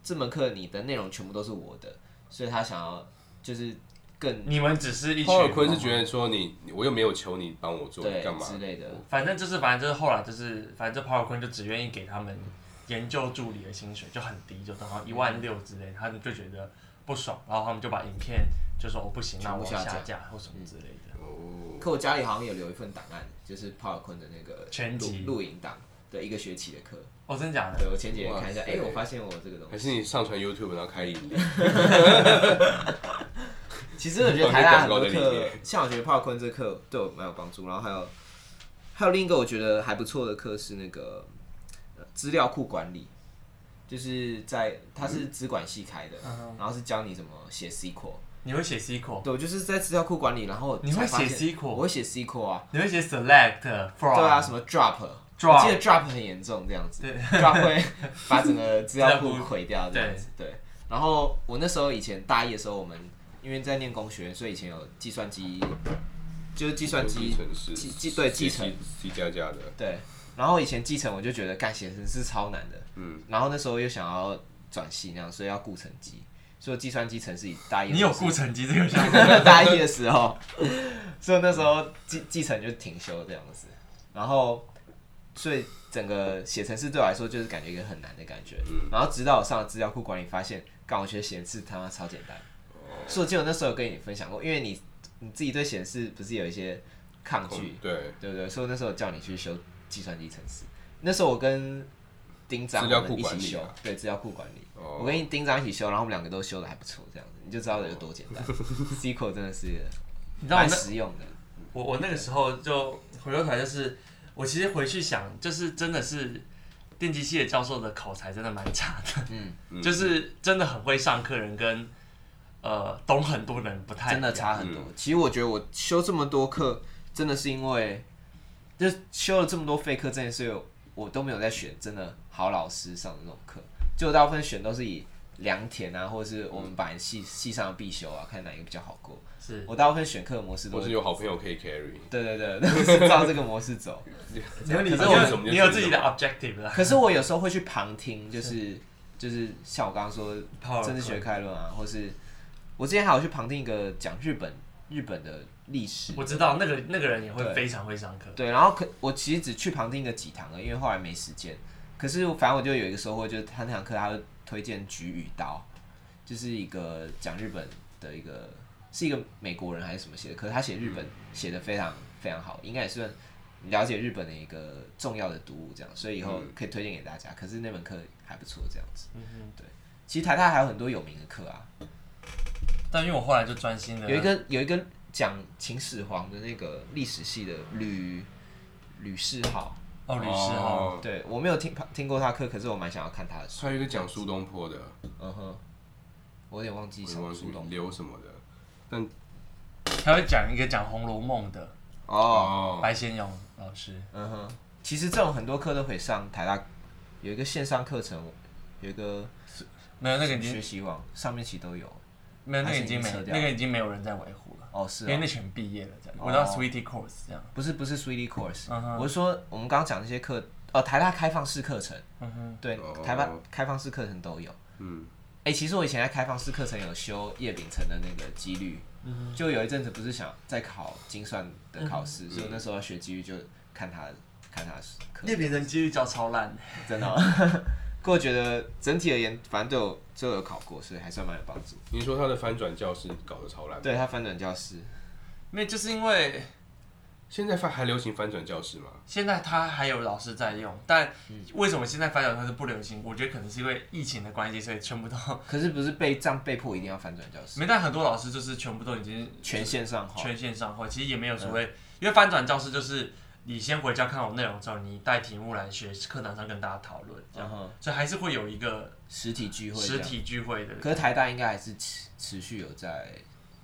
这门课你的内容全部都是我的，所以他想要就是更你们只是一鲍尔群，坤是觉得说你，你我又没有求你帮我做，你对干嘛？之类的。反正就是反正就是后来就是反正 Power 坤就只愿意给他们研究助理的薪水就很低，就好像一嗯万六之类，他们就觉得不爽，然后他们就把影片就说哦不行，那全部我下下架嗯架或什么之类的。哦，可我家里好像有留一份档案，就是帕尔昆的那个全集录录影档，对一个学期的课。哦，真假的？对我前几天看一下，啊哇塞哎，我发现我有这个东还西。是你上传 YouTube 然后开影音？其实我觉 *laughs* 得台大很多广告在里课面，像我觉得帕尔昆这课对我蛮有帮助。然后还有还有另一个我觉得还不错的课是那个呃资料库管理，就是在它是嗯资管系开的，然后是教你怎么写 SQL。你会写 SQL，对，我就是在资料库管理，然后我你会才发现写 SQL 我会写 SQL 啊，你会写 Select from，对啊，什么 drop。 Drop 我记得 drop 很严重，这样子，drop *laughs* 会把整个资料库毁掉，这样子。对，然后我那时候以前大一的时候，我们因为在念工学院，所以以前有计算机，就是计算机城市，继继对继承 C 加加的，对，然后以前继承我就觉得干写程式超难的，嗯，然后那时候又想要转系那样，所以要顾成绩，所以计算机程式以大一的你时候有是顾成绩这个 *laughs* 项目？大一的时候，所以那时候继继承就停休这样子。然后所以整个写程式对我来说就是感觉一个很难的感觉。嗯然后直到我上了资料库管理，发现干我学显示他妈超简单。所以我记得我那时候有跟你分享过，因为你你自己对显示不是有一些抗拒，对，对不对？所以我那时候叫你去修计算机程式。那时候我跟丁章资料我们库一管起理修，啊对资料库管理。哦我跟丁章一起修，然后我们两个都修的还不错，这样子你就知道有多简单。SQL 真的是 *laughs* 你知道我蛮那实用的，我我那个时候就回过头来，就是我其实回去想，就是真的是电机系的教授的口才真的蛮差的，嗯，就是真的很会上课人跟呃懂很多人不太嗯真的差很多。其实我觉得我修这么多课，真的是因为就是修了这么多废课这件事，所以我都没有在选真的好老师上的那种课，就大部分选都是以良田啊，或者是我们把系系上的必修啊，看哪一个比较好过。嗯是我大部分选课的模式都或是是有好朋友可以 carry。对对 *laughs* 对，都是照这个模式 *laughs* 走。没有可你是这我样子我们就你有选自己择的 objective 啦，可是我有时候会去旁听，就是就是像我刚刚说哦政治学概论啊，或是我之前还有去旁听一个讲日本日本的历史，我知道那个那个人也会对非常会上课，对，然后可我其实只去旁听个几堂了，因为后来没时间。可是反正我就有一个收获，就是他那堂课他会推荐《菊与刀》，就是一个讲日本的一个，是一个美国人还是什么写的，可是他写日本写的非常非常好，应该也算了解日本的一个重要的读物，这样，所以以后可以推荐给大家。可是那门课还不错，这样子。嗯对，其实台大还有很多有名的课啊，但因为我后来就专心的有一个有一个讲秦始皇的那个历史系的吕吕世豪。哦律师哈，哦，对，我没有听听过他课，可是我蛮想要看他的书。还有一个讲苏东坡的，嗯哼，我有点忘记我什也么忘记书东刘什么的。他会讲一个讲《红楼梦》的哦，哦，白先勇老师，嗯哼，其实这种很多课都可以上台大，有一个线上课程，有一个没有那个已学经习网上面其实都有。没有那还个是已经已没经撤掉那个已经没有人在维护了，哦，是因为哦，哎那群毕业了这样，哦我到 Sweetie Course 这样，不是不是 Three D Course，、嗯哼我是说我们刚刚讲那些课，哦，台大开放式课程，嗯哼。对，哦台大开放式课程都有。嗯，哎、其实我以前在开放式课程有修叶秉成的那个几率，嗯就有一阵子不是想在考精算的考嗯试，所以那时候要学几率就看他看他的课，叶秉成几率教超烂，*laughs* 真的、哦。不过我觉得整体而言，反正对我最后有考过，所以还算蛮有帮助。您说他的翻转教室搞得超烂，对他翻转教室，因为就是因为现在翻还流行翻转教室吗？现在他还有老师在用，但嗯为什么现在翻转它是不流行？我觉得可能是因为疫情的关系，所以全部都可是不是被这样被迫一定要翻转教室，没。但很多老师就是全部都已经全线上嗯化。全线上会，其实也没有所谓，因为翻转教室就是你先回家看好内容之后，你带题目来学，课堂上跟大家讨论，这样，然后所以还是会有一个实体嗯聚会这实样，体聚会的。可是台大应该还是持持续有在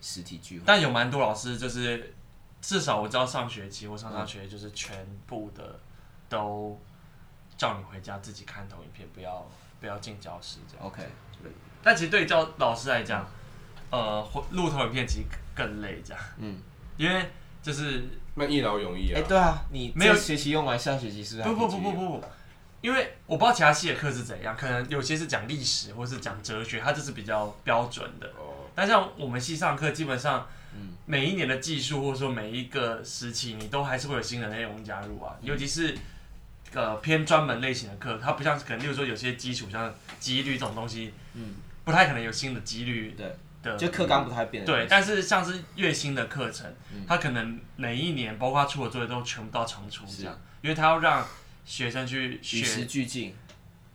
实体聚会。但有蛮多老师就是，至少我知道上学期或上上学期就是全部的都叫你回家自己看投影片，不要不要进教室这样。 OK，但其实对教老师来讲，呃，或录投影片其实更累这样。嗯，因为就是那一劳永逸哎、啊，对啊，你没有这学期用完，下学期是不是还不可以不继不续不用不不，因为我不知道其他系的课是怎样，可能有些是讲历史或是讲哲学，它这是比较标准的。哦，但像我们系上课，基本上，每一年的技术或者说每一个时期，你都还是会有新的内容加入啊，尤其是。呃，偏专门类型的课，它不像是可能，例如说有些基础像几率这种东西，嗯，不太可能有新的几率对的就课纲不太变的东对西。，但是像是月薪的课程，他可能每一年包括出的作业都全部都要重出这样，因为他要让学生去与时学，俱进，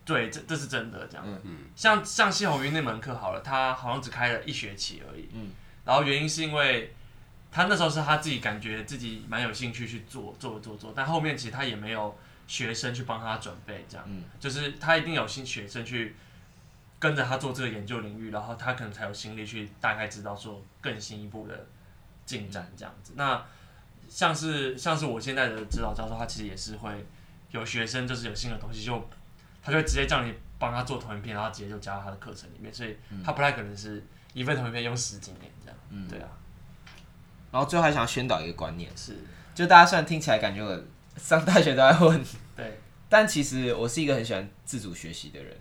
对，这这是真的这嗯样。像像西红云那门课好了，他好像只开了一学期而已。嗯然后原因是因为他那时候是他自己感觉自己蛮有兴趣去做做做做，但后面其实他也没有学生去帮他准备这样，嗯就是他一定有新学生去跟着他做这个研究领域，然后他可能才有心力去大概知道说更新一步的进展嗯这样子。那像是像是我现在的指导教授，他其实也是会有学生就是有新的东西就。他就会直接叫你帮他做投影片，然后直接就加到他的课程里面，所以嗯他不太可能是一份投影片用十几年这样。嗯，对啊，然后最后还想要宣导一个观念，是，就大家虽然听起来感觉我上大学都在混，对，但其实我是一个很喜欢自主学习的人。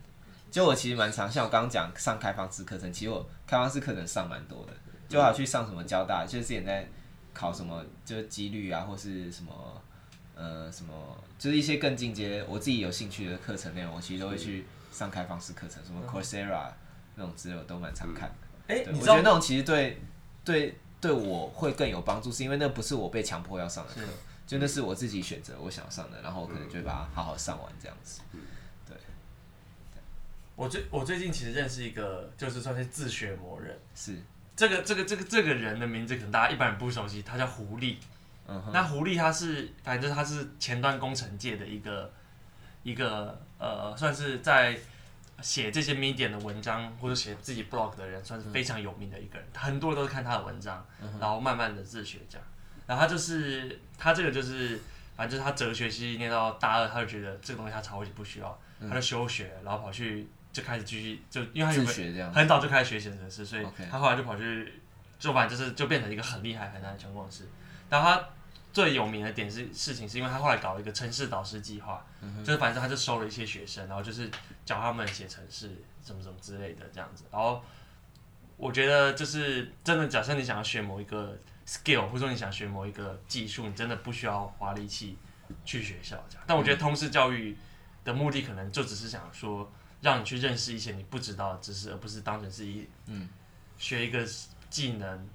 就我其实蛮常像我刚刚讲上开放式课程，其实我开放式课程上蛮多的，就还有去上什么交大，就是之前在考什么就是几率啊，或是什么呃什么，就是一些更进阶我自己有兴趣的课程内容，我其实都会去上开放式课程，什嗯么 Coursera 那种资料都蛮常看的。哎，对，你我知觉道得那种其实对对对我会更有帮助，是因为那不是我被强迫要上的课是，就那是我自己选择我想上的，然后我可能就会把它好好上完这样子。我最我最近其实认识一个，就是算是自学魔人。是，这个这个这个这个人的名字可能大家一般人不熟悉，他叫狐狸。嗯哼，那狐狸他是，反正他是前端工程界的一个一个呃，算是在写这些 media 的文章或者写自己 blog 的人，嗯算是非常有名的一个人。很多人都是看他的文章，然后慢慢的自学这样。然后他就是他这个就是，反正就是他哲学系念到大二，他就觉得这个东西他超级不需要，嗯他就休学，然后跑去就开始继续就因为他有自个学这样。很早就开始学写程式，所以 OK 他后来就跑去，就反正就是就变成一个很厉害很难的成功人士。然后他最有名的点是事情，是因为他后来搞了一个城市导师计划，嗯就是反正他就收了一些学生，然后就是教他们写程式什么什么之类的这样子。然后我觉得就是真的，假设你想要学某一个 skill，或者说你想学某一个技术，你真的不需要花力气去学校这样。但我嗯觉得通识教育的目的可能就只是想说。让你去认识一些你不知道的知识，而不是当成是一嗯学一个技能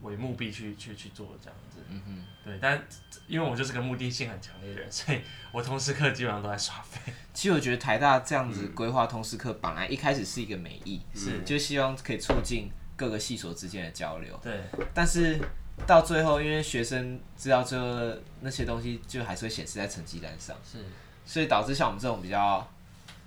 为目的去去去做这样子。嗯哼，对，但因为我就是个目的性很强烈的人， *laughs* 所以我通识课基本上都在耍废。 *laughs* 其实我觉得台大这样子规划通识课，本来一开始嗯是一个美意，嗯是就希望可以促进各个系所之间的交流。对，但是到最后，因为学生知道最后那些东西，就还是会显示在成绩单上，是所以导致像我们这种比较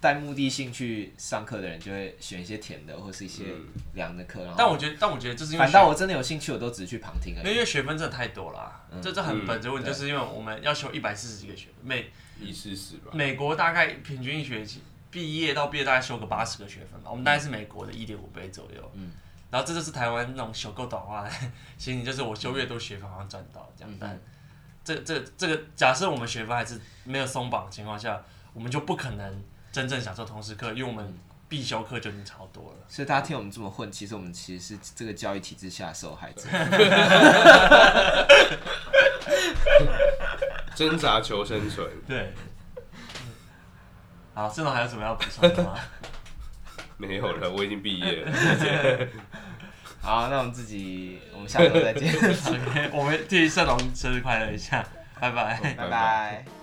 带目的性去上课的人，就会选一些甜的或是一些凉的课。然嗯后，但我觉得，但我觉得这是因为反倒我真的有兴趣，我都只是去旁听因而为已。嗯因为学分真的太多了啊、这这很本质问题，就是因为我们要修一百四十几个学分，每一四十吧，美国大概平均一学期毕业到毕业大概修个八十个学分吧，我们大概是美国的一点五倍左右。嗯，然后这就是台湾那种修够短话的心情，就是我修越多学分好像赚到这样，但这这这个假设我们学分还是没有松绑的情况下，我们就不可能真正享受通识课，因为我们必修课就已经超多了。所以大家听我们这么混，其实我们其实是这个教育体制下的受 *laughs* 害者。挣扎求生存。对。好，郑总还有什么要补充的吗？ *laughs* 没有了，我已经毕业了。好，那我们自己，*laughs* 我们下周再见， OK，我们替盛龙生日快乐一下，拜拜。拜拜。